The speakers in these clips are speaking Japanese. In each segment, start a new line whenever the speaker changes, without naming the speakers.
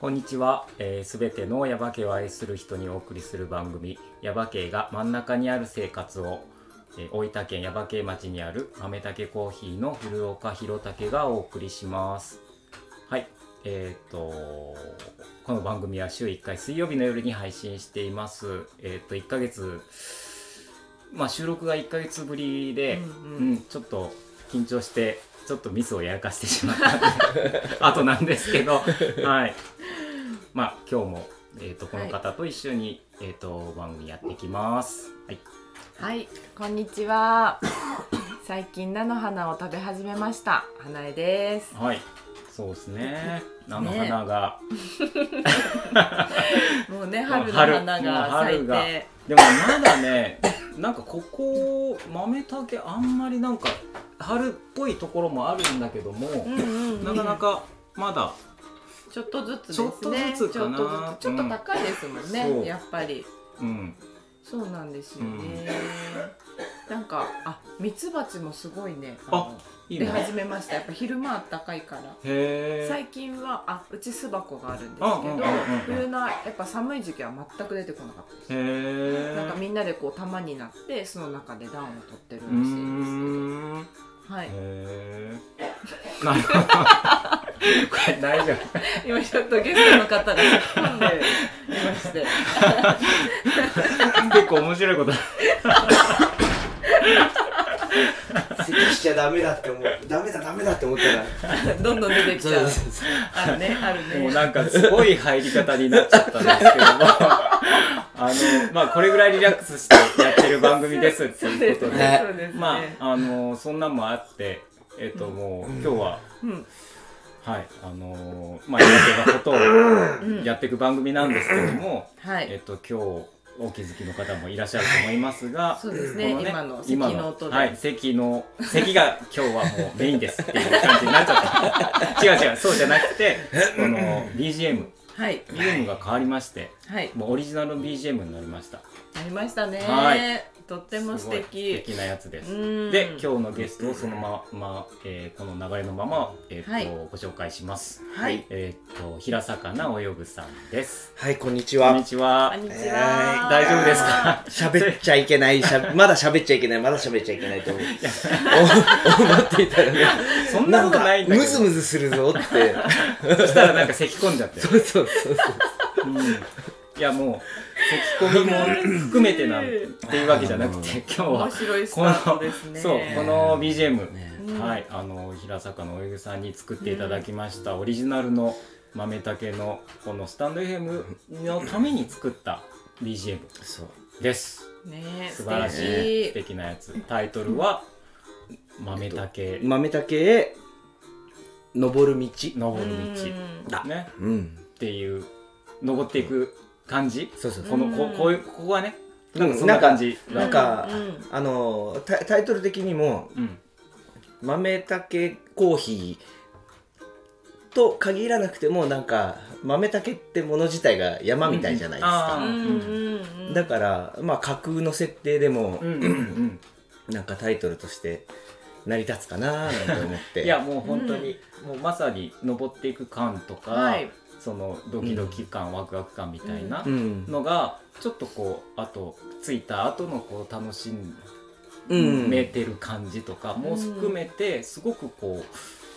こんにちは。す、えー、べ、てのヤバ系を愛する人にお送りする番組、ヤバ系が真ん中にある生活を、えー大分県ヤバ系町にある豆竹コーヒーの古岡弘武がお送りします。はい。えーっと、この番組は週1回水曜日の夜に配信しています。えーっと、1ヶ月、まあ収録が1ヶ月ぶりで、
うんう
うんん、ちょっと緊張して、ちょっとミスをやらかしてしま ったあとなんですけど、はい。まあ、今日も、えっ、と、この方と一緒に、えっ、と、番組やってきます。はい。
はい、こんにち は。最近菜の花を食べ始めました。花江です。
はい。そうですね。菜の花が、
もうね、
もう
春の花
もう
が咲
春
い
が
て。
でもまだね、なんかここ、豆竹あんまりなんか、春っぽいところもあるんだけども、
うんうんうん
なかな。か、まだ、
ちょっとずつで
ち
すね。
ょっとずつかな
ちょっとずつちょっと高いですもんね、
うんそう
やっぱり。
うん、
そうなんですよ
う
ね。なんか、あ、ミツバチもすごいね。
あいい
出
ね。
始めました。やっぱ昼間あったかいから。
へー
最近はあうち巣箱があるんですけ
うんうんうんうん
ど冬のやっぱ寒い時期は全く出てこなかった
へ
なんか
ー
みんなでこう玉になって巣の中で暖を取ってる
う
ら
ー
しいんで
ん。
すけど、はい、
へえ。なるほど。これ大丈夫。
今ちょっとゲストの方が突っ込んでいまして
結構面白いこと。
咳しちゃダメだって思うダメだダメだって思ったら
どんどん出てきちゃう
そうそう
あるねあるね
もうなんかすごい入り方になっちゃったんですけども。あの、まあこれぐらいリラックスしてやってる番組ですって
そう
いう
で
こと
す
で。
ねそうですね、
まあ、あの、そんなんもあって、えっともう今日は、
うん
はい、あの、まあ苦手なことを
うん
やっていく番組なんですけども、
は
えっ
い
と今日、お気づきの方もいらっしゃると思いますが、
そうですね
こ
今の咳の音で
はい、咳の、咳が今日はもうメインですっていう感じになっちゃった。 違う違う、そうじゃなくて、この BGM、
はい、
BGM が変わりまして、
はい、
もうオリジナルの BGM になりました。
なりましたね、
はい
とっても
す
素敵
ごい素敵なやつです。
うん
で、今日のゲストをそのまま、えーこの流れのまま、えーっと、
はい
ご紹介します。
はい
えーっと、平坂な泳ぐさんです。
はいこんにち
こんに
は
ちは
こん。にちは、
えー
大丈夫ですか
喋っちゃいけないしゃまだ喋っちゃいけないまだ喋っちゃいけないと思う思っていたらね
そんなことないんだけど。
ムズムズするぞって
そしたらなんか咳込んじゃって。
そうそうそうそ
う
う
んいやもう咳込みも含めてなんていうわけじゃなくて今日
面
は
白いスタ
この
ートですね
そうこの BGM、
うん
はいあの平坂のおゆぐさんに作っていただきましたオリジナルの豆竹のこのスタンド FM のために作った BGM
そう
です
ね
素晴らし
素
い素
敵
敵なやつタイトルは「豆竹
豆竹へ登る道
登る
うん
道」ね
うん
っていう登っていく感じ
そうそうそう
このここういうここはねなんかそん
う
なん
なんか
感じ
なんか
うんうん
あのータタイトル的にも
うん
豆竹コーヒーと限らなくてもなんか豆竹ってもの自体が山みたいじゃないです
うん
か、
あ
うん
だからまあ架空の設定でも
うんうんうん
なんかタイトルとして成り立つかなーなんて思っ て
いやもう本当に、もうまさに登っていく感とか、
はい
そのドキドキ感、ワクワク感みたいな
うん、
のがちょっとこうあと着いた後のこう楽し
うん
めてる感じとかも含めてすごくこ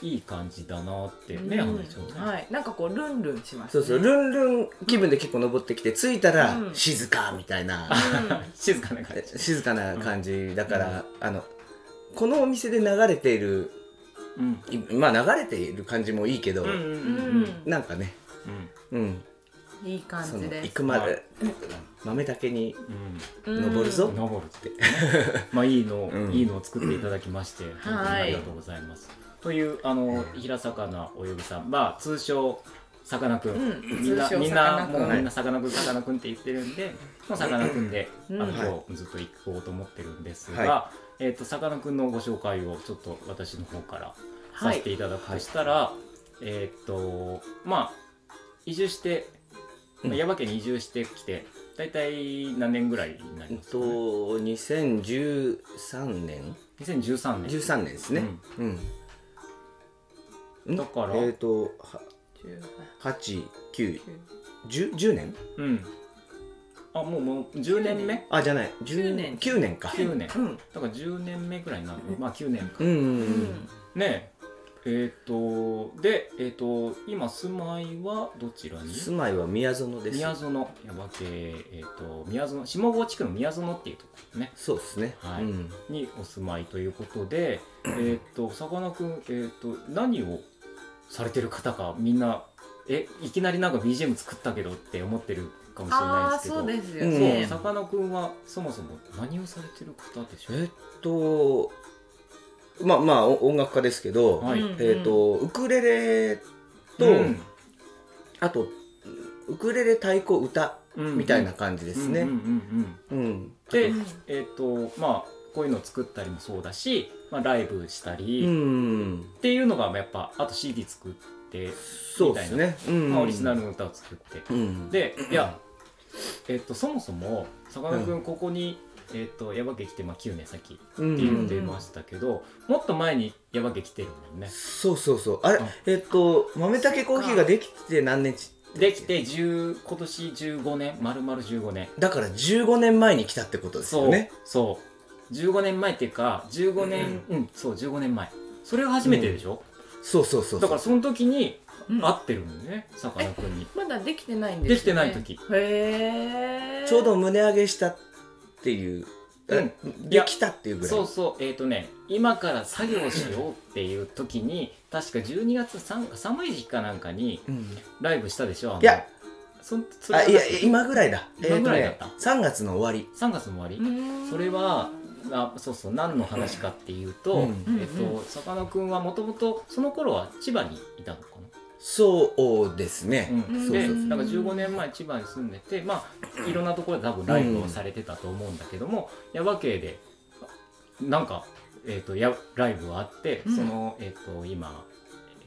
ういい感じだなってね、
うん
話をね、
はいなんかこうルンルンします
そうそうルンルン気分で結構登ってきて着いたら
うん
静かみたいな、
静かな感じ、
静かな感じだから、あのこのお店で流れている
うん
いまあ流れている感じもいいけど、
うんうん
う
うん
ん
うん
うん
なんかねうん
いい感
そ
じ
の
で
行
す
くまで豆だけに
うん
うん
登るぞ
登るって、 まあいいのを、
うん
いいのを作っていただきまして、本当に
はい
ありがとうございます。というあの平坂なお呼びさん、まあ通称さかなクン、
うん
みんな
通称
みんな
さかなクン
もうみんなさかなクンさかなクンって言ってるんで、もうさかなクンで、
うん
あの
うん
今日ずっと行こうと思ってるんですが、
は
えっ、とさかなクンのご紹介をちょっと私の方からさ
は
せ
い
ていただくとしたら、えっ、とまあ移住して、まあ、
うん
耶馬家に移住してきて。大体何年ぐらいにな
え
り
っ
ます
と
か、ね
2013年
2013年
13年ですね
うん
うん、ん
だから
えっ、とは
十
8910
九
年
うんあもうもう10年目
あじゃない
9年
9年か
9年
うん
だから10年目ぐらいになるのまあ9年か
うんうん
う
うん
ん
ねええー、とでえっ、と今住まいはどちらに
住まいは宮園です
宮園やばけえっ、と宮園下郷地区の宮園っていうところね
そうですね
はい
うん
にお住まいということでえっ、とさかなクンえっ、と何をされてる方かみんなえいきなりなんか BGM 作ったけどって思ってるかもしれない
あ
で
あ
すけど
そうですよ
そう
ね
ね
さかなクンはそもそも何をされてる方でしょう
えっとまあまあお音楽家ですけど、
はい
うん
えっとウクレレと、
うん
あとウクレレ太鼓歌
うん
みたいな感じで
です
ね
うんうんうんうん
うん、
で、
うん
えっ、とまあこういうのを作ったりもそうだし、まあ、ライブしたり、
う
っ
ん
ていうのがやっぱあと CD 作って、
そうですね、うん
まあ、オリジナルの歌を作って、
うん、
でいや、えっとそもそもさかなクンここに、えっと矢場家来て、まあ、9年先って
うん
言ってましたけど、もっと前に矢場家来てるもんね。
そうそうそうあれ
うん
えっと豆たけコーヒーができて何年ち
できて10今年15年丸々15年
だから15年前に来たってことですよ
そう、
ね
そう15年前っていうか15年うん、そう15年前それが初めてでしょ、
そうそうそうそう
だからその時に
うん
合ってるのねさかなクンに
まだできてないんですよね
できてない時
へえ
ちょうど胸上げしたっていう、
うん
えできたっていうぐらい
そうそうえっ、とね今から作業しようっていう時に確か12月3寒い時期かなんかに
うん
ライブしたでしょあの
いや
そんそれ
あ
はい
や今ぐらいだ
今ぐらいだった
えーとね、3月の終わり
3月の終わり、
うん
それはあそうそう何の話かっていうと、
うん
えっ、とさかなクンはもともとその頃は千葉にいたのかな
そうですね、
うん、
そう
で
そうそう
なんか15年前千葉に住んでてまあいろんなところで多分ライブをされてたと思うんだけども、耶馬渓でなんか、えー、とやライブがあって、
うん
その、えー、と今、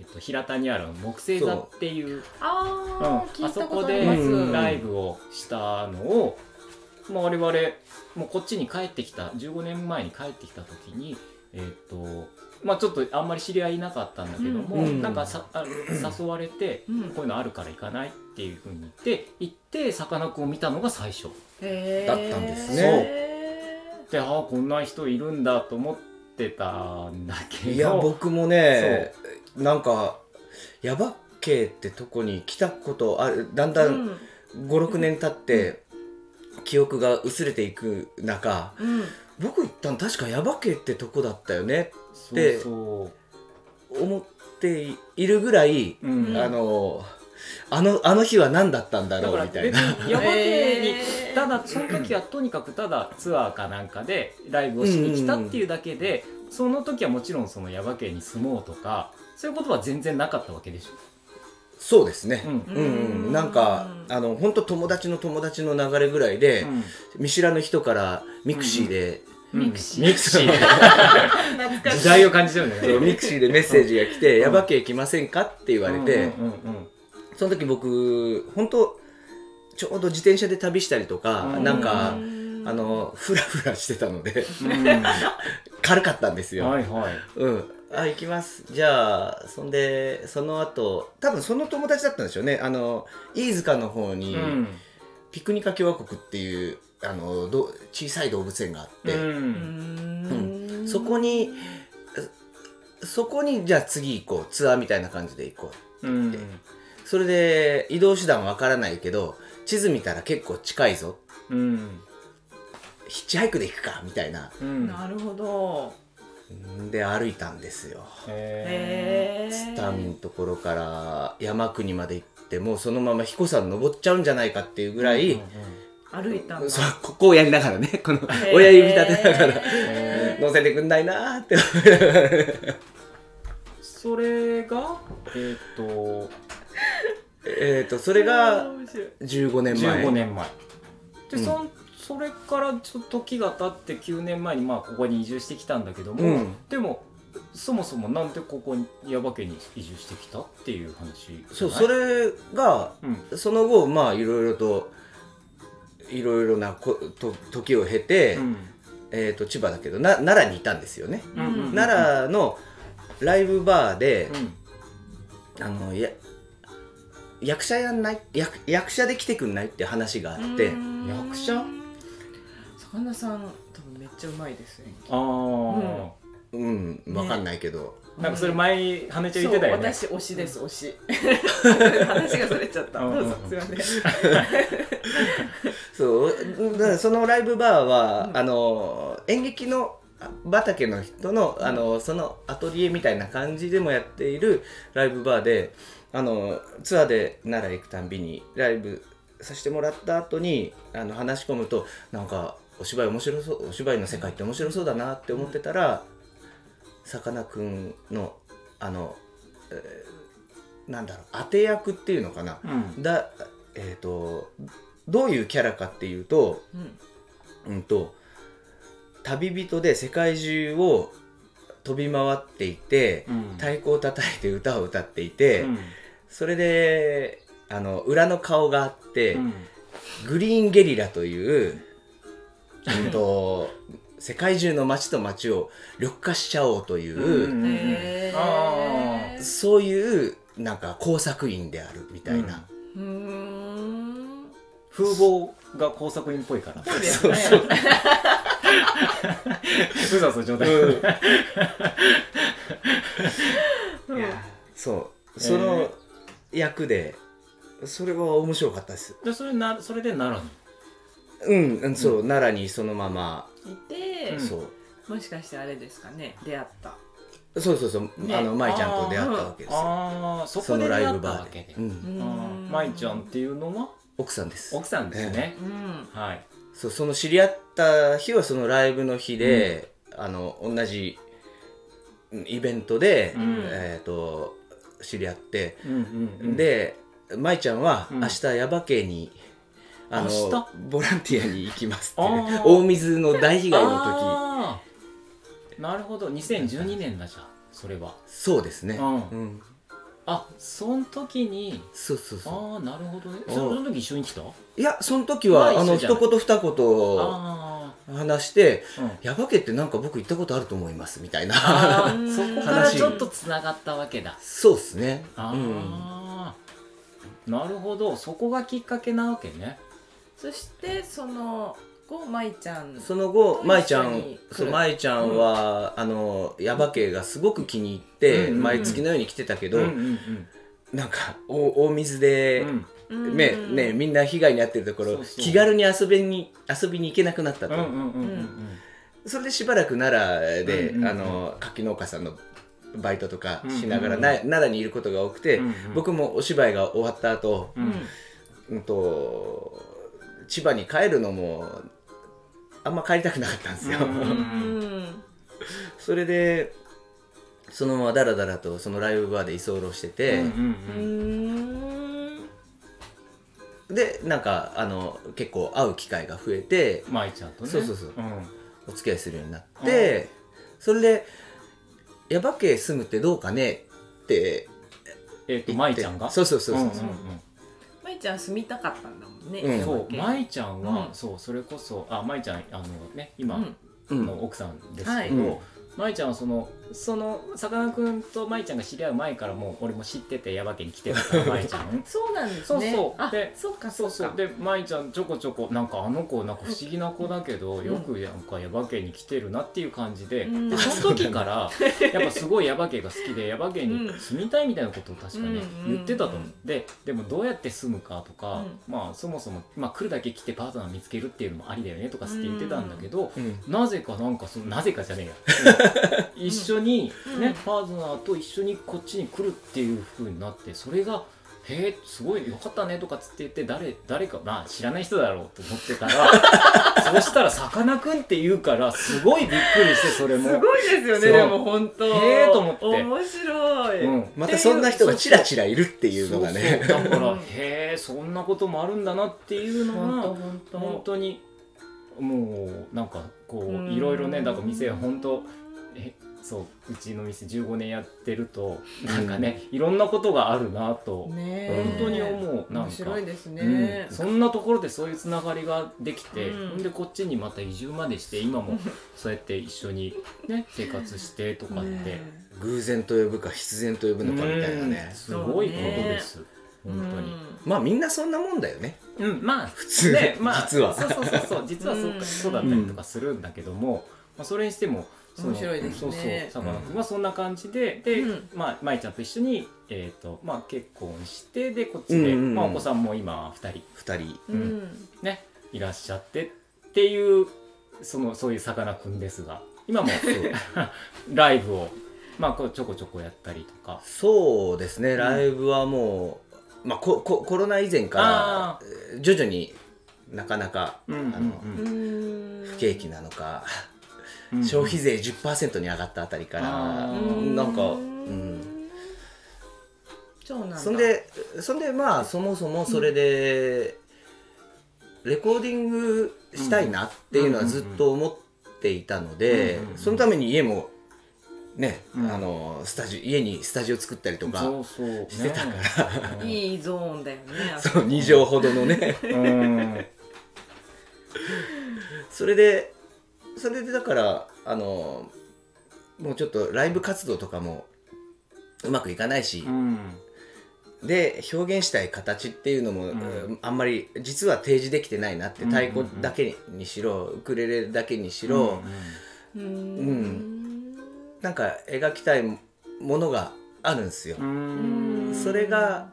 えー、と平田にある木製座っていう
ああ
うん
聞
あ
い
そ
たこ
こと
あり
で
ます
うん
ライブをしたのを、まあ、我々もうこっちに帰ってきた15年前に帰ってきた時にえーっとまあちょっとあんまり知り合いいなかったんだけども、
うん
なんかさあ誘われて、
うん
こういうのあるから行かないっていうふうに言って行ってさかなクンを見たのが最初
へー
だったんです
ねでああこんな人いるんだと思ってたんだけど
いや僕もねなんかヤバ系ってとこに来たことあるだんだ
うんん
56年経って記憶が薄れていく中
うん
僕行ったの確かヤバ系ってとこだったよね
そうそ
思っているぐらい、
う、うん、
あのあのあの日は何だったんだ
だか
ろ
ら
うみ
別
たいな。
に ヤバ系に
へー
ただその時はとにかくただツアーかなんかでライブをしに来たっていうだけで、その時はもちろんその耶馬渓に住もうとかそういうことは全然なかったわけでし
そうですね、
ょ。うん
うんうんなんかあの本当友達の友達の流れぐらいで、見知らぬ人からミクシーで、
うん
ミクシィ
ミクシィ
懐かしい
時代を感じちゃうんだ
そう
よね。
ミクシーでメッセージが来て
う
「
ん
ヤバ系来ませんか?」って言われて、
うんうんうん
その時僕本当ちょうど自転車で旅したりとか、
うん
なんか、
うん
あのフラフラしてたので
うん
軽かったんですよ。
はいはい。
うん、あ行きますじゃあそんでその後多分その友達だったんでしょうねあの飯塚の方に、
うん
ピクニカ共和国っていうあのど小さい動物園があって、
うーん
そこにそこにじゃあ次行こうツアーみたいな感じで行こう
うん
それで移動手段わからないけど地図見たら結構近いぞ
うん
ヒッチハイクで行くかみたいな
うん
なるほど
んで歩いたんですよ
へ
へえ
スタミンのところから山国まで行ってもうそのまま彦山登っちゃうんじゃないかっていうぐらい、
ー
歩いたんだ
そうここをやりながらねこの
へー
親指立てながら
へー
乗せてくんないなーって
それがえっと
えーとそれが
面白い
15年前
15年前で、
うん
そんそれからちょっと時が経って9年前にまあここに移住してきたんだけども、
うん
でもそもそもなんでここに耶馬渓に移住してきたっていう話じゃない
そうそ、れが
うん
その後まあいろいろといろいろなこと時を経て、
うん
えー、と千葉だけどな奈良にいたんですよね、
うんうんうん
奈良のライブバーで
う、ん
あのや役者やんない役役者で来てくんないって話があって
役者
魚さん多分めっちゃうまいですよ
あー、
うんわかんないけど、
なんかそれ前羽ちゃん言ってたよね
そう私推しです推し 話がそれちゃった
うん
ど
うんう
うんぞすいません
そうだからそのライブバーは、あの演劇のあ畑の人のあのそのアトリエみたいな感じでもやっているライブバーであのツアーで奈良行くたんびにライブさせてもらった後にあの話し込むとなんかお芝居面白そうお芝居の世界って面白そうだなって思ってたらさかなクンのあの、えーなんだろう当て役っていうのかな、
うん
だえっ、とどういうキャラかっていうと,、
うん
うん、と旅人で世界中を飛び回っていて、
うん
太鼓を叩いて歌を歌っていて、
うん
それであの裏の顔があって、
うん
グリーンゲリラという、うん、と世界中の街と街を緑化しちゃおうというう、
ん
へー
あー
そういうなんか工作員であるみたいな。
うーん
風貌が工作員っぽいから
そうです
そう
ね
そう
うざそう冗談、
うん
いや
そうその役で、それは面白かったです
でそれなそれでならぬ
うんうんそう、奈良にそのまま、
いて
うん
そう
もしかしてあれですかね出会った
そうそうそう、
ね
あの舞ちゃんと出会ったわけですよ
ああそ
そ
こ
の
で
ラ
出
イ
会
ブ
った
バ
わ
ー
けで
で、うん、
あー舞ちゃんっていうのは
奥さんです
奥さんですね、
うん
はい
そうその知り合った日はそのライブの日で、あの同じうんイベントで、
うん
えー、と知り合って、
うんうんうん、
で舞ちゃんは
うん
明日耶馬渓に、あの
明日
ボランティアに行きますっていう
あー
大水の大被害の時
あーなるほど2012年だじゃあそれは
そうですね、
う
うん
あその時に
そうそうそ
ああなるほどね
うん
そその時一緒に来た
ういやその時は
まあ
あの
一緒じゃ
一
ん
言二
あ
言話して
ー、うん、
「耶馬渓ってなんか僕行ったことあると思います」みたい
あ
な
ー
うん
そこからちょっとつながったわけだ
そうですね
あ
うん
あ、なるほどそこがきっかけなわけね
そしてその後舞ちゃん
その後
と
舞ちゃ
一緒
ん
に来る
そう舞ちゃんは、あの耶馬渓がすごく気に入って、
うんうんうん
毎月のように来てたけ
う
ど、
んうん
なんかお大水
う
で、
ん
うん
ねねみんな被害に遭ってるところ
そうそう
気軽に遊びに遊びに行けなくなった
う
と、
んうんうんうんうん
それでしばらく奈良で、
うんうんうん
あの柿農家さんのバイトとかしながら、な
うんうん
奈良にいることが多くて、
うんうん
僕もお芝居が終わった後、
うん
うんと千葉に帰るのもあんま帰りたくなかったんですよ。
うん
うんうん
それでそのままダラダラとそのライブバーで居候してて、
うーん
でなんかあの結構会う機会が増えて
舞ちゃんとね
そうそうそう
うん
お付き合いするようになって、それで「耶馬渓住むってどうかね?」って
えっと
言って
舞ちゃんが
そうそうそうそう、
んんん
舞ちゃん住みたかったんだもんね、
うん
そう
山
舞ちゃんは、
うん
そうそれこそあ舞ちゃんあのね
家
今
うん
うん
の奥さんですけど、
はい
うん
舞ちゃんはそのそのさかなクンと舞ちゃんが知り合う前からもう俺も知ってて耶馬県来てた から舞ちゃん
そうなんですね
そうそう
あ
で
そうかそ
そううそ
か
うで舞ちゃんちょこちょこなんかあの子なんか不思議な子だけど、
ん
よくなんか耶馬渓に来てるなっていう感じで,、
うん
でその時 からやっぱすごい耶馬渓が好きで耶馬渓に住みたいみたいなことを確かね、
うん
言ってたと
うん
思
う
うんででもどうやって住むかとか、
うん
まあそもそも、まあ、来るだけ来てパートナー見つけるっていうのもありだよねとかって言ってたんだけど、
うん
なぜかなんかそのなぜかじゃねえ や一緒に、ね
うん
パートナーと一緒にこっちに来るっていう風になってそれが「へえすごいよかったね」とかつって言って誰誰かまあ知らない人だろうと思ってたら そうしたらさかなクンって言うからすごいびっくりしてそれも。
すごいですよね
そう
でも本当
へーと思って
面白い、
うん
またそんな人がチラチラいるっていうのがね
そうそうだからへえそんなこともあるんだなっていうのが
本当
本当にもうなんかこ
うん
ういろいろねだから店本当えそううちの店15年やってるとなんかねいろんなことがあるなと
ねえ
本当に思うなんか
面白いです
うん
ね、
そんなところでそういうつながりができて
うん
ほんでこっちにまた移住までして今もそうやって一緒にね生活してとかっ
ね
て
え
偶然と呼ぶか必然と呼ぶのかみたいなね
うんすごいことです。本当に。
まあみんなそんなもんだよね
うん、まあ普
通
ねまあ、
実は
そうそうそうそう実はそう
うん
そうだったりとかするんだけども、まあ、それにしてもその
面白いですね
そうそうさかなクンはそんな感じでで、
うん
まあ、舞ちゃんと一緒に、えーとまあ、結婚してでこっちで、
うんうんうん
まあ、お子さんも今2人
2人
うん、
うねいらっしゃってっていうそのそういうさかなクンですが今もそう ライブを、まあ、こうちょこちょこやったりとか。
そうですねライブはもう、まあ、ここコロナ以前か
あ
らえー徐々になかなか、
うんうん
あの
うん
うんうん
不景気なのか、
うん
消費税10%に上がったあたりから
あー
なんか、
う
うん、
そうなんだ
そんでそんでまあそもそもそれで、レコーディングしたいなっていうのはずっと思っていたの
う
で、
んうんうん
そのために家もね、
うん
あのスタジオ家にスタジオ作ったりとか。
そうそう、
してたか
ね
ら
いいゾーンだよね
そう2畳ほど のね
うん
それでそれでだからあのもうちょっとライブ活動とかもうまくいかないし
う、ん
で表現したい形っていうのも、
ん
あんまり実は提示できてないなって
うんうんうん
太鼓だけにしろ、ウクレレだけにしろ、
うん
なんか描きたいものがあるんですよ
う、ん
うん
それが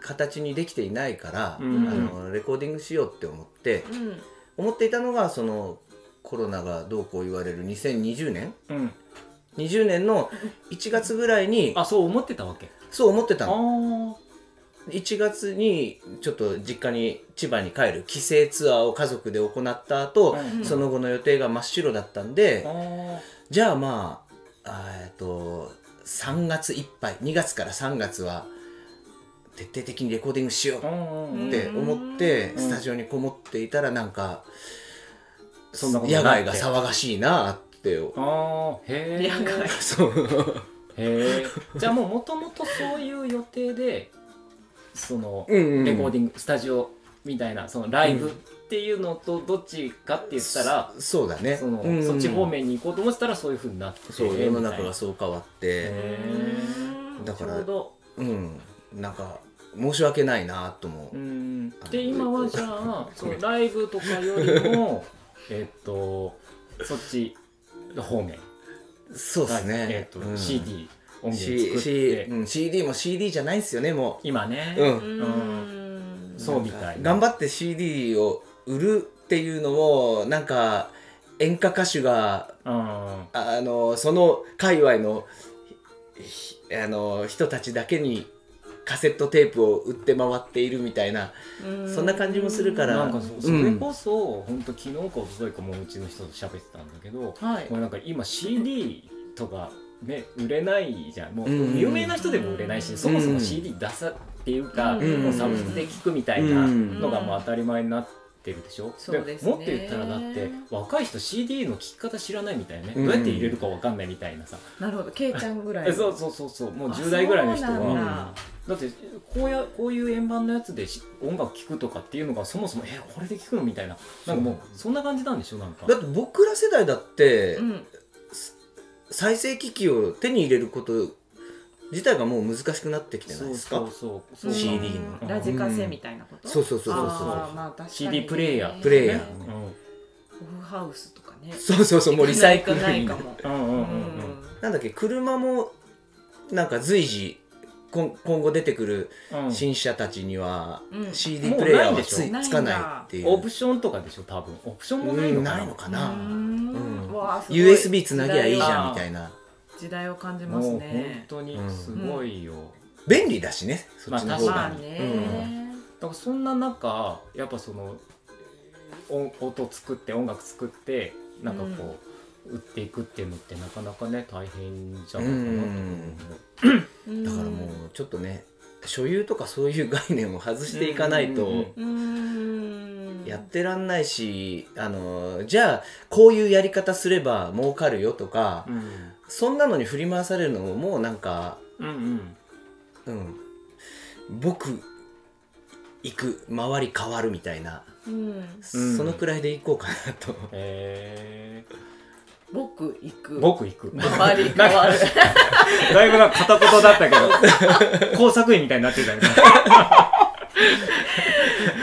形にできていないから、
うん
あのレコーディングしようって思って
うん
思っていたのがそのコロナがどうこう言われる2020年
うん
20年の1月ぐらいに
あそう思ってたわけ
そう思って
あ
た
あ
の
ー
1月にちょっと実家に千葉に帰る帰省ツアーを家族で行った後、
うん
その後の予定が真っ白だったんで、
あー
じゃあまああーえっと3月いっぱい2月から3月は徹底的にレコーディングしよ
う
うん
うん
っ
うん
て思って、
うん
スタジオにこもっていたらなんか、
そんなこと
野
になって
外が騒がしいなって
あーへえ
野外
そう
へえじゃあもうもともとそういう予定でその
うんうん
レコーディングスタジオみたいなそのライブっていうのとどっちかって言ったら
そそうだね
その
うんうん
そっち方面に行こうと思ってたらそういうふうになって
そう世の中
みたい
が
な
そう変わって、
へ
だから
ちょうど
うん、なんか申し訳ないなとも、
うん
あの
で今はじゃあそのライブとかより もえっとそっち方面
そうですね、
えっと
うん
CD 音源
C
作って、
C うん CD も CD じゃないんですよねも
今ね、
う、う、
うんん
そうみたいな
頑張って CD を売るっていうのもなんか演歌歌手が
うん
ああのその界隈のひひあの人たちだけにカセットテープを売って回っているみたいな
う
そんな感じもするから
なんかそそ
うん
れこそ、ほん、本当昨日か一昨日かもううちの人と喋ってたんだけど、
はい
もうなんか今 CD とかね売れないじゃんもう
うん
有名な人でも売れないし、
うん
そもそも CD 出さっていうか、
うん
もうサブスクで聴くみたいな
うん
のがもう当たり前になってるでしょ、
そうですね
もっと言ったらだって若い人 CD の聴き方知らないみたいなね、
うん
どうやって入れるかわかんないみたいなさ、
なるほどケイちゃんぐら
え
い
そうそうそうそうもう
あ
10代ぐらいの人
そう
は
なん
だ
だ
ってこうやこういう円盤のやつでし音楽聴くとかっていうのがそもそもえこれで聴くのみたいななんかもうそんな感じなんでしょなんか
だって僕ら世代だって、
うん
再生機器を手に入れること自体がもう難しくなってきてないですか
そうそうそうそう
CD
の
ラジカセみたいなこと、
そうそうそうそうそう
あーまあ確かに
CD プレイヤー
プレイヤー
オフハウスとかね
そうそうそうもうリサイクル
ない
に
かも
うんうんう
うん
うんん
なんだっけ車もなんか随時今今後出てくる
うんうん
新車たちには
うん
CD プレイヤ
もうない
ーは
でしょ
つ,、
ないんだ
つかないっていう
オプションとかでしょ多分オプションもないのかな,、
うんないのかな
う
うん
んわあすごい
USB つなぎゃいいじゃん
時代は
みたいな
時代を感じま
も
す
う本
ね
当にすごいよ、
便利だしねそっちの方が、
ま
ま
あ
あ
確
ね、
だからそんな中やっぱその音音作って音楽作ってなんかこう、売っていくっていうのってなかなかね大変じゃないかなと
ん
だからもうちょっとね所有とかそういう概念を外していかないと、
うんうんうん
うん
やってらんないしあのじゃあこういうやり方すれば儲かるよとか、
思う、
そんなのに振り回されるのももうなんか
うん、うんうん
うん僕行く周り変わるみたいな、
うん
そのくらいで行こうかなと
へえ
僕行く。
僕行く。
周り変わる。
だいぶなんか片言だったけど、 工作員みたいになってたよね。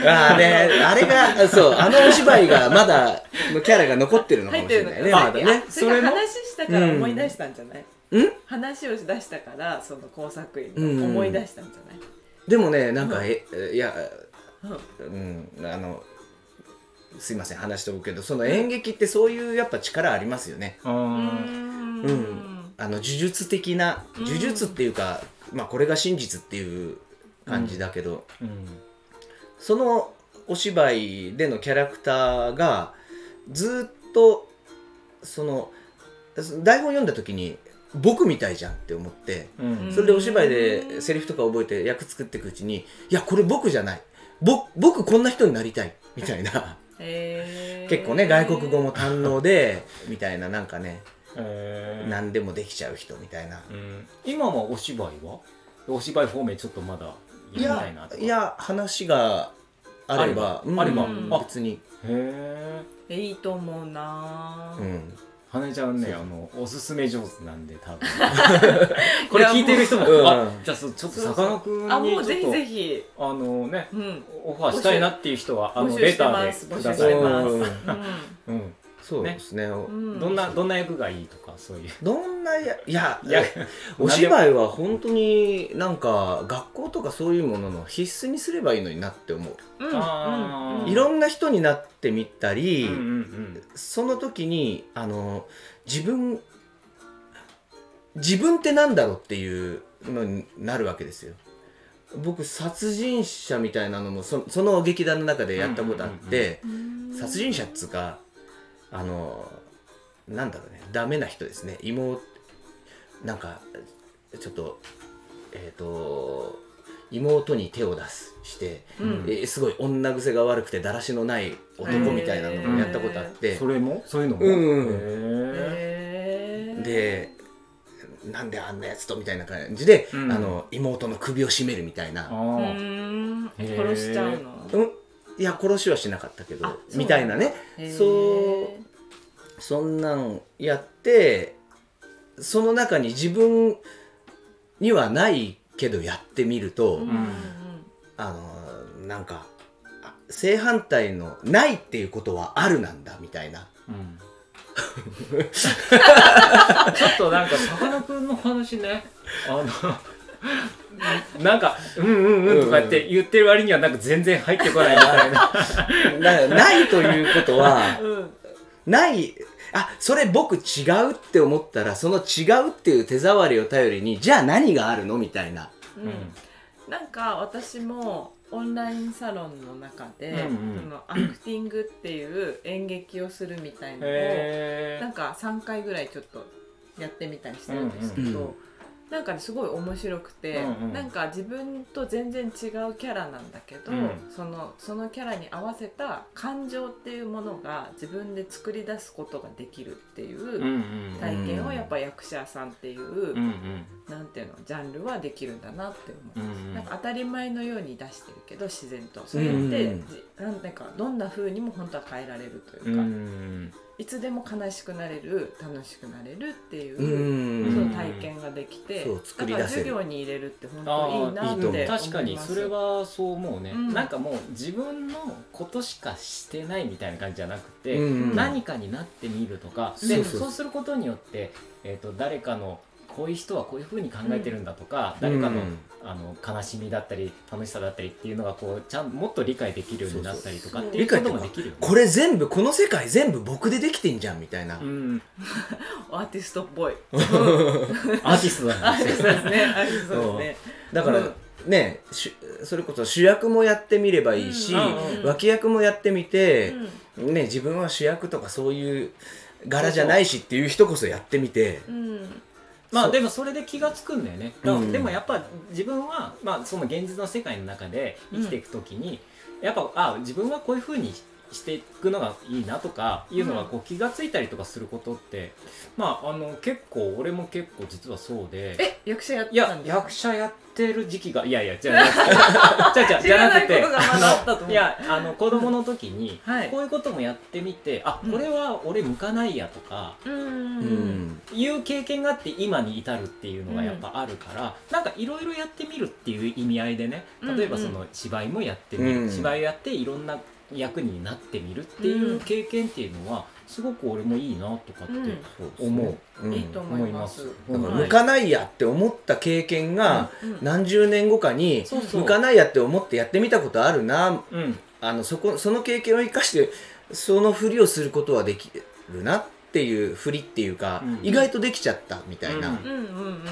ああね、あれが、そう、あのお芝居がまだ、のキャラが残ってるのか
入っ
もしてれ
るの
な
か
い
な
ね、まだね。
あそれが話したから思い出したんじゃない、
うん
話を出したからその工作員
うん
の思い出したんじゃ
でもね、なんか、え、いや、
ない、
うん、あの、すいません、話飛ぶけど、その演劇ってそういうやっぱ力ありますよね。
う。
うんん
うんあの、呪術的な、呪術っていうか、まあこれが真実っていう感じだけど、
うん
そのお芝居でのキャラクターがずっとその台本読んだ時に僕みたいじゃんって思って
う
うん
ん
それでお芝居でセリフとか覚えて役作っていくうちにいやこれ僕じゃないぼ僕こんな人になりたいみたいな
へー
結構ね外国語も堪能でみたいななんかね
えー
何でもできちゃう人みたいな
うん今はお芝居はお芝居方面ちょっとまだ
い
やりたいな
や
とか。
いや話があれば
あれば
あれば
うん
あ
別に
へえ。
いいと思うな
う
ぁ、
ん
羽根ちゃんね、あの、おすすめ上手なんで、多分。これ聞いてる人も、
いやもう
あ
うん
じゃあそう、ちょっとさかなクンにちょ
あも
っ
う
と
ぜひぜひ
あのね、
うん、うん、
オファーしたいなっていう人は、あ
募
の、
集
レ
して
タ
ま
ー
す
でくだ
募集
さ
し
い
て。ます
うん
うん。
そうですね
うん
どんな、どんな役がいいとか、そういう。
どんなやいや
いや
お芝居は本当になんか学校とかそういうものの必須にすればいいのになって思う、
うん
あー
うん
いろんな人になってみたり、
うんうんうん。
その時にあの自分自分ってなんだろうっていうのになるわけですよ僕殺人者みたいなのもそその劇団の中でやったことあって、
うん
殺人者っつうかあのなんだろうねダメな人ですね妹なんかちょっとえっ、と妹に手を出すして、
うん
えーすごい女癖が悪くてだらしのない男みたいなのもやったことあって
そ、れもそういうのも
うんうん
へ
へー
でなんであんなやつとみたいな感じで、
うん
あの妹の首を絞めるみたいな
ー、
う
あ
ん
へー
殺しちゃうの
うん、いや殺しはしなかったけ
あ
ど
そう
みたいなね
へー
そうそんなんやってその中に自分にはないけどやってみると、
うんうん
あのなんかあ正反対のないっていうことはあるなんだみたいな
ーうんちょっとなんかさかなクンの話ねあのなんか「うんうんうん」とかって言ってる割にはなんか全然入ってこないみたいな
なないということは
うんうん
ないあそれ僕違うって思ったらその違うっていう手触りを頼りにじゃあ何があるのみたいな。
うんなんか私もオンラインサロンの中で、
うんうん
そのアクティングっていう演劇をするみたいのを
へ
なんか3回ぐらいちょっとやってみたりしてるんですけど、
うんうん
なんかねすごい面白くて、
うんうん
なんか自分と全然違うキャラなんだけど、
うん
そのそのキャラに合わせた感情っていうものが自分で作り出すことができるってい
うんう
うん体験をやっぱ役者さんっていう、
うんうん
なんていうのジャンルはできるんだなって思う。
うんう
なん
ん
か当たり前のように出してるけど自然とそれって、
うん
じなんていうかどんな風にも本当は変えられるという
う
か、
ん
いつでも悲しくなれる楽しくなれるっていう、
うん
そう体験ができて、
そう作り
だから
出せる
授業に入れるって本当いいなって
あーいい
思
と思
いうます
確かにそれはそう思うね、
うん
なんかもう自分のことしかしてないみたいな感じじゃなくて、
うん
何かになってみるとかで
そ
そうう
そう
することによって、えー、と誰かのこういう人はこういうふうに考えてるんだとか、誰かの,、
うん
あの悲しみだったり楽しさだったりっていうのがこうちゃんもっと理解できるようになったりとか
そう
っ
そう
ていうこともできるよね。
これ全部この世界全部僕でできてんじゃんみたいな、
うん、
アーティストっ ぽい
アーティスト
ア
だ
ーティストですねアーティストですね
だから、
うん
ねしそれこそ主役もやってみればいいし、
うん
脇役もやってみて
う、ん
ね、自分は主役とかそういう柄じゃないしっていう人こそやってみて
うん
ま
そ
あ
う
でもそれで気が付くんだよね、だから
うん
でもやっぱ自分は、まあ、その現実の世界の中で生きていく時に、やっぱあ自分はこういうふうにしていくのがいいなとかいうのがこう気がついたりとかすることって、まああの結構俺も結構実はそうで
え役者やっ
い
てた
や
んです
役者やってる時期がいやいやじゃ あじゃあじゃあ
知
じゃ
らな
なく
いこと
て
がまだあったと思う
いやあの子供の時に
はい
こういうこともやってみてあ
うん
これは俺向かないやとか
うー
うんん
いう経験があって今に至るっていうのがやっぱあるから、なんかいろいろやってみるっていう意味合いでね例えば
うんう
そ
ん
の芝居もやってみる、
うん
芝居やっていろんな役になってみるっていう経験っていうのはすごく俺もいいなとかって
うん
思う、
うん
いいと思
思
い
い
ま
ますす。
だから
はい
向かないやって思った経験が
うん
何十年後かに
そうそう
向かないやって思ってやってみたことあるな
うん
あのそこその経験を生かしてそのふりをすることはできるなっていうふりっていうか、
うん
意外とできちゃったみたいな、
うん
うんうんうんうん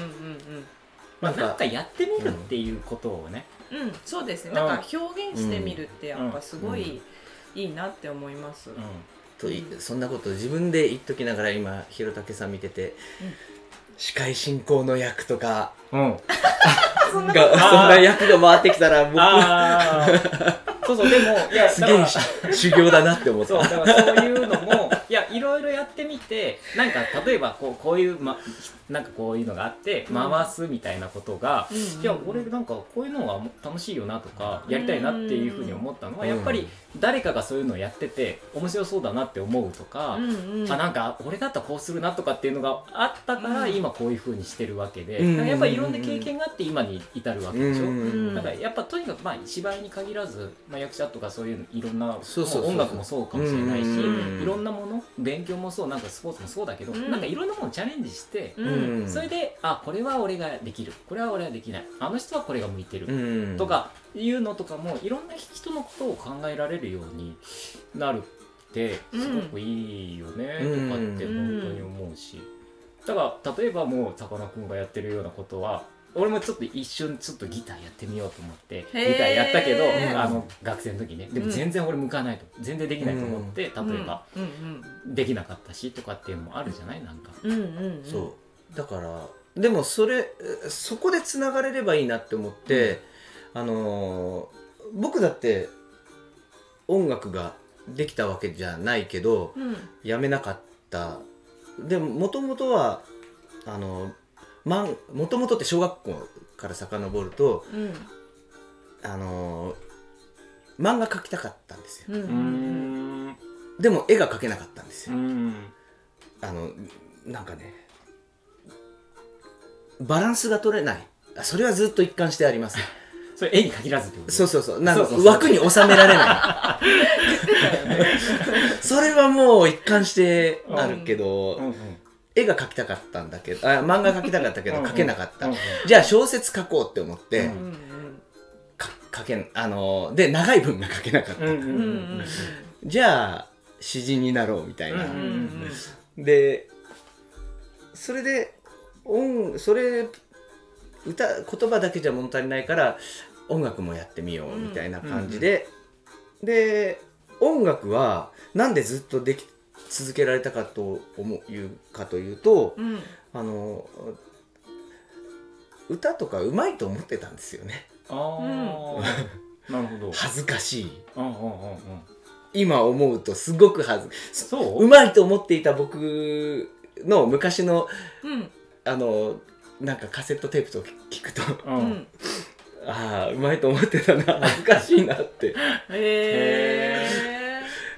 まあ、
なんか
なんかやってみるっていうことをね、
うんうんそうですね
うん
なんか表現してみるってやっぱすごいいいなって思います、
うん
といそんなことを自分で言っときながら今ひろたけさん見てて、
うん
司会進行の役とか
うん、
がそんな役が回ってきたら僕
あ あそうそうでもいや
す
だ
げ
から
えし修行だなって思っ
そう
た。
だからそういうのもいやいろいろやってみてなんか例えばこうこういう、ま、なんかこういうのがあって
うん
回すみたいなことが、
うんうん
いや俺なんかこういうのが楽しいよなとかやりたいなっていうふうに思ったのは、
うん
やっぱり誰かがそういうのをやってて面白そうだなって思うとか、
うんうん
あなんか俺だったらこうするなとかっていうのがあったから、
うん
今こういうふうにしてるわけで、
うん
やっぱりいろんな経験があって今に至るわけでしょ。
うん
なんかやっぱとにかくまあ芝居に限らず、まあ、役者とかそういうのいろんな
そうそうそう
もう音楽もそうかもしれないし、
うん
いろんなもの勉強もそうなんかスポーツもそうだけど、
うん
なんかいろんなものチャレンジして、
うん
うん
それであこれは俺ができるこれは俺はできないあの人はこれが向いてる、
うん
とかいうのとかもいろんな人のことを考えられるようになるって
うん
すごくいいよね
うん
とかって本当に思うし、だから例えばもうさかなクンがやってるようなことは俺もちょっと一瞬ちょっとギターやってみようと思ってギタ
ー
ーやったけど
うん
あの学生の時ねでも全然俺向かないと全然できないと思って例えば
うん
できなかったしとかっていうのもあるじゃないなんか。
うんうんうんうん
そうだからでもそれえそこでつながれればいいなって思って、あのー僕だって音楽ができたわけじゃないけど
うん
やめなかったでももともとはあのもともとって小学校から遡ると
うん
あのー漫画描きたかったんです
う
よ
ん
う
う
ー
んうん
ん
でも絵が描けなかったんです
う
よ
ん
あのなんかねバランスが取れないあそれはずっと一貫してあ ります
それ絵に限らずってこと
そうそうそうなんか
そうそうそう
枠に収められない それはもう一貫してあるけど、
うんうん
絵が描きたかったんだけどあ漫画描きたかったけど
うんうん
描けなかった、
うんうん
じゃあ小説書こうって思っ
うん
て、
うん
か書けんあので長い文が書けなかった、
うんうん
うん
う
うん
うん
ん
じゃあ詩人になろうみたいな、
うん
うん
でそれで音それ歌言葉だけじゃ物足りないから音楽もやってみようみたいな感じで、で音楽はなんでずっとでき続けられたかと思ういうかというと
うん
あの歌とかうまいと思ってたんですよね
ああ、なるほど。
恥ずかしい
うんうんうんうん。
今思うとすごく恥ず
そう
うまいと思っていた僕の昔の
うん
あのなんかカセットテープとか聞くと
うん
うん
ああうまいと思ってたな恥ずかしいなって、
へ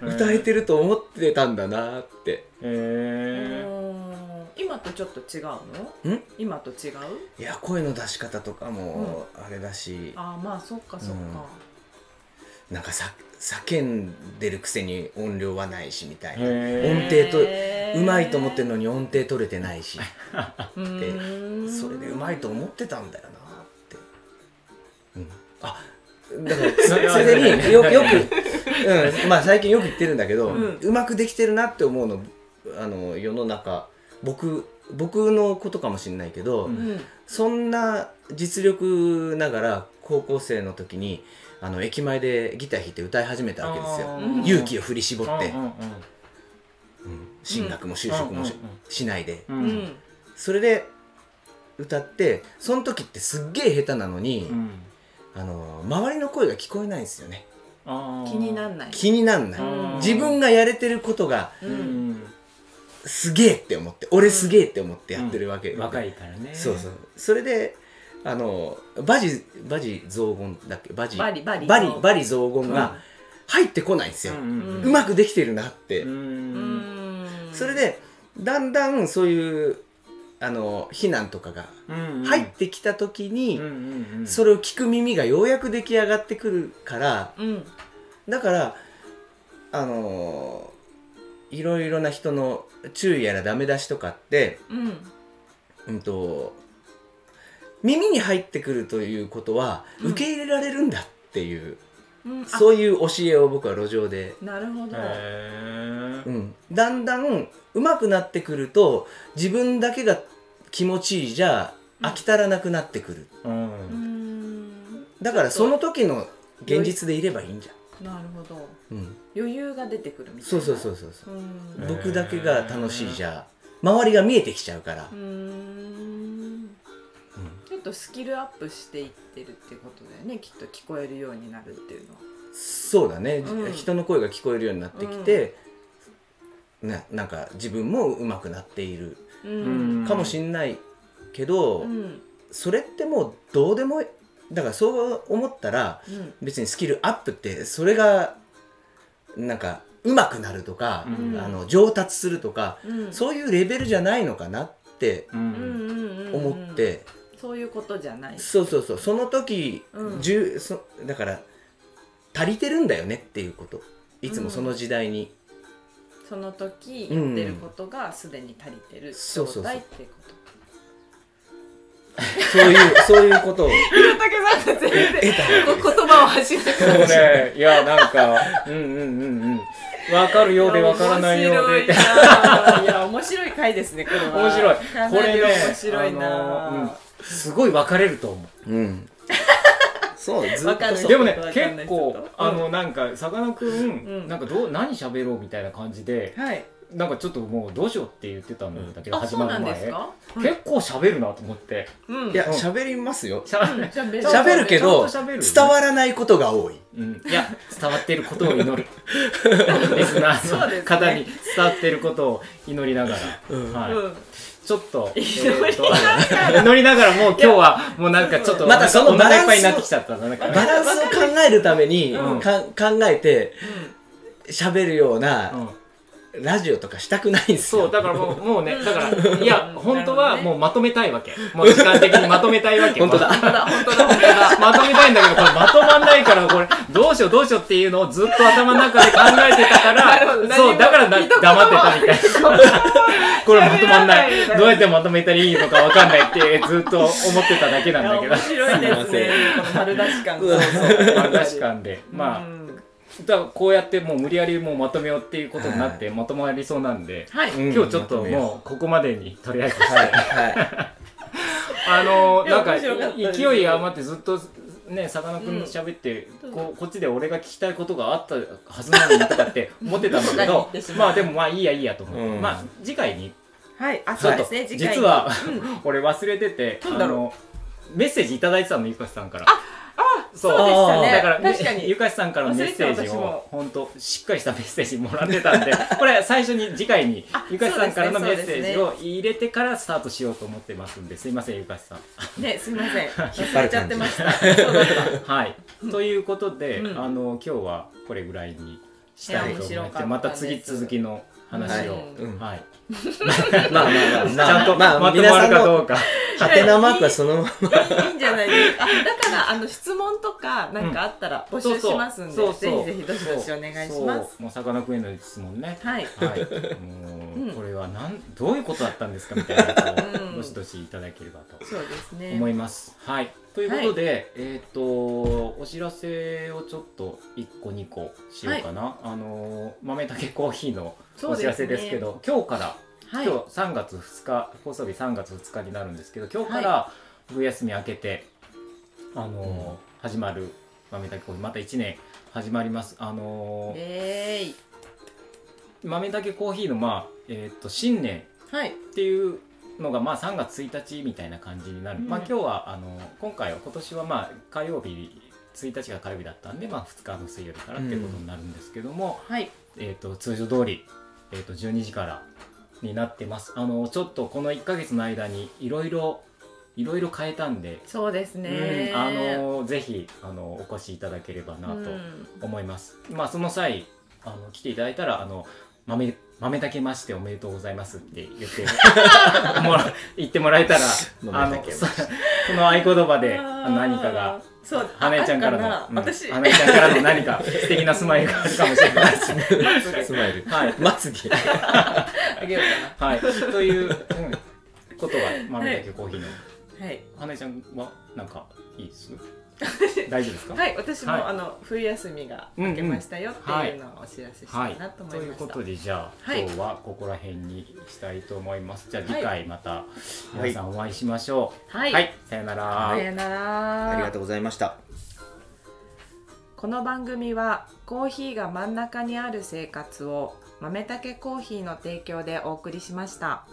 歌えてると思ってたんだなって
へ
え
え。
今とちょっと違うの
ん
今と違う
いや声の出し方とかもあれだし、
ああまあそっかそっか
なんかさ叫んでるくせに音量はないしみたいな
へ
音程と
へー
うまいと思ってるのに音程取れてないし
うーん
それでうまいと思ってたんだよなって、うん、あだから
それは
ついでに よよく、うん、まあ最近よく言ってるんだけど、
う
うんまくできてるなって思うのあの世の中僕僕のことかもしれないけど、
う
うん
そんな実力ながら高校生の時にあの駅前でギター弾いて歌い始めたわけですよ
うん
勇気
を
を振り絞って、うん進学も就職もし,、ないで
う
うんん
それで歌ってその時ってすっげえ下手なのに、
うん。
あの周りの声が聞こえないんですよね
あー
気になんない
気になんない
うん
自分がやれてることが
う
うんん
すげえって思って俺すげえって思ってやってるわけ、
若いからね
そうそうそれであのバジバジ雑言だっけバジ
バリバリ
バリバリ雑言
うん
が入ってこないんです
う
よ、
んうん
う
うん
まくできてるなって、
う
うん
ん
それでだんだんそういうあの非難とかが
うん
入ってきた時に、
うんうんうん
それを聞く耳がようやく出来上がってくるから
うん
だからあのいろいろな人の注意やらダメ出しとかって、
うん
うん、と耳に入ってくるということは
うん
受け入れられるんだっていう、
うんあ
そういう教えを僕は路上で、
なるほど
へー
うん、だんだん上手くなってくると自分だけが気持ちいいじゃ飽き足らなくなってくる
うん
うーん
だからその時の現実でいればいいんじ
なるほど
ゃん、うん、
余裕が出てくるみたいな
そうそうそうそうそう
うー
ね
ん
僕だけが楽しいじゃ周りが見えてきちゃうから
う、ーんちょっとスキルアップしていってるってことだよねきっと聞こえるようになるっていうのは
そうだね、
うん
人の声が聞こえるようになってきて、ななんか自分も上手くなっている
う
うん
かもしんないけど、
うん
それってもうどうでもいいだからそう思ったら
うん
別にスキルアップってそれがなんか上手くなるとか、
うん
あの上達するとか、
うん
そういうレベルじゃないのかなって
う
うん
ん
うんうんうん
思って。
そういうことじゃない
そうそうそうその時、
うん
じゅそだから足りてるんだよねっていうこといつもその時代に、
その時やってることがすでに足りてる状態っていうこと
そういう そういうことを
竹さんが全然言葉を走ってく
そうねいやなんかうんうんうんうん分かるようで分からないようで
面白いないや面白い回ですねこれは
面白い
か
こ
な
れ
り
ね
面白いな、
あのーうんすごい分かれると思う
うんそうずっ
わか
と
る
そう
でもね
わかんない
結
ちょっ
構
と
あのなんかさかなクン
ん
なんかどう何喋ろうみたいな感じで
はい
なんかちょっともうどうしようって言ってたんだけど
あ
始
そう
ま
な
る
んです
前
か
結構喋るなと思って
うん
いや喋りますよ
しゃ
うん喋る
喋るけど
ちゃんと喋るよね
伝わらないことが多い
うんいや伝わってることを祈 るリスナ
そう
ーの
ですね
方に伝わってることを祈りなが
うん
ら、
う
はい、
ん
ちょっと
祈りながら
えーと祈りながらもう今日はもうなんかちょっと
またその
お腹いっぱいに
バ
な
ラ
って
ンスを
きちゃったななんか
バランスを考えるために、
うん
か考えて喋るよう
う
なんラジオとかしたくないんですよ、
そうだからもうもうね
うん
だからいや
うん
本当
なるほど
は
ね
もうまとめたいわけもう時間的にまとめたいわけ
本当だ
本当だ本当だ本当だ
まとめたいんだけど、これまとまんないから、これ、どうしようどうしようっていうのをずっと頭の中で考えてたか
なるほど
ら、そう、だからな
何も
黙ってたみたいな。これまとまんな
喋らない
い。どうやってまとめたらいいのかわかんないって、ずっと思ってただけなんだけ
い
ど
や面。白いですねこの丸出し感そうそう
まあ確かんで、ま
う
あ、
ん
だからこうやってもう無理やりもうまとめようっていうことになって、まとまりそうなんで、
はい、
うん
今日ちょっと
まとめよ
もうここまでにとりあえず
うは いはい
あの
いや
なんか
面白かった です
勢い余ってずっとねさかなクン喋って、こうこっちで俺が聞きたいことがあったはずなのにとかって思ってたんだけど
どっかに行ってしまう
まあでもまあいいやいいやと思って、
うん
まあ次回に
はい、あ
ちょ
そう
っ
で
と、
すね次回に
実は、
うん
俺忘れてて
なんだろう
のメッセージいただいてたのゆかしさんから。
あ
そう
そうでした
あ
ね
だから
確かに
ゆかしさんからのメッセー
忘れ
ジ
てた私
を
も
本当しっかりしたメッセージもらってたんで これ最初に次回に
あ
ゆかしさんからの
そ
メ
う
ッ
ですね
セージを入れてからスタートしようと思ってますんですいませんゆかしさん。
ねすみま せん忘
張
れ
る感じ
ちゃってましたそうだった
はい、ということで、
うん
あの今日はこれぐらいにしたいと
いや面
思っ
白かってた
また
で
次
す
続きの話を、
はい
うん
はい
まあまあまあまあ
ちゃんと
まあ
まと
皆
まる
さん
かど
の
うか、
ハテナマークはそのまま
いいんじゃないですか。あだからあの質問とかなんかあったら募集しますんで、
そうそう
ぜひぜひどしどしお願いし
そう
ます。
そうもうさかなクンへの質問ね
はい。
はい、
う
も
ん
うこれはなんどういうことだったんですかみたいなこと
うん
をどしどしいただければと
そうですね。
思います。はい、ということで、えっ、とお知らせをちょっと1個2個しようかな、あの豆竹コーヒーのお知らせですけど今日から
はい。
今日3月2日放送日3月2日になるんですけど今日から冬休み明けて、あのー
うん
始まる豆たけコーヒーまた1年始まりますあのー
えーい。
豆たけコーヒーのまあえーっと新年
はい。
っていうのがまあ3月1日みたいな感じになる、
うん
まあ今日はあの今回は今年はまあ火曜日1日が火曜日だったんで、まあ、2日の水曜日からっていうことになるんですけども、
はい
えー、と通常通り、えー、と12時からになってますあのちょっとこの1ヶ月の間にいろいろいろいろ変えたんで、
そうですね、
うんあのぜひあのお越しいただければなと
うん
思います、まあその際あの来ていただいたらあの豆豆だけましておめでとうございますって言って もら言ってもらえたらあ
豆だ
の
け
そ その合言葉で
あー
何かが
そう
花江ちゃんから
あ
の、うん、
あるかな私
花江ちゃんからの何 か素敵なスマイルがあるかもしれないですね
スマイル
はい、
まつげ
あげよう
はい、という、うんことは豆だけコーヒーの、
かなはい
花江ちゃんはなんかいいです大丈夫ですか
はい、私も、
はい
あの冬休みが明けましたよっていうのをお知らせしたいなと思い
という
まし
こ
た。
とでじゃあ、
はい
今日はここら辺にしたいと思いますじゃあ
はい
次回また皆さんお会いしましょ
は
う
い、
はい、さよなら、
さよなら。
ありがとうございました
この番組はコーヒーが真ん中にある生活を豆たけコーヒーの提供でお送りしました。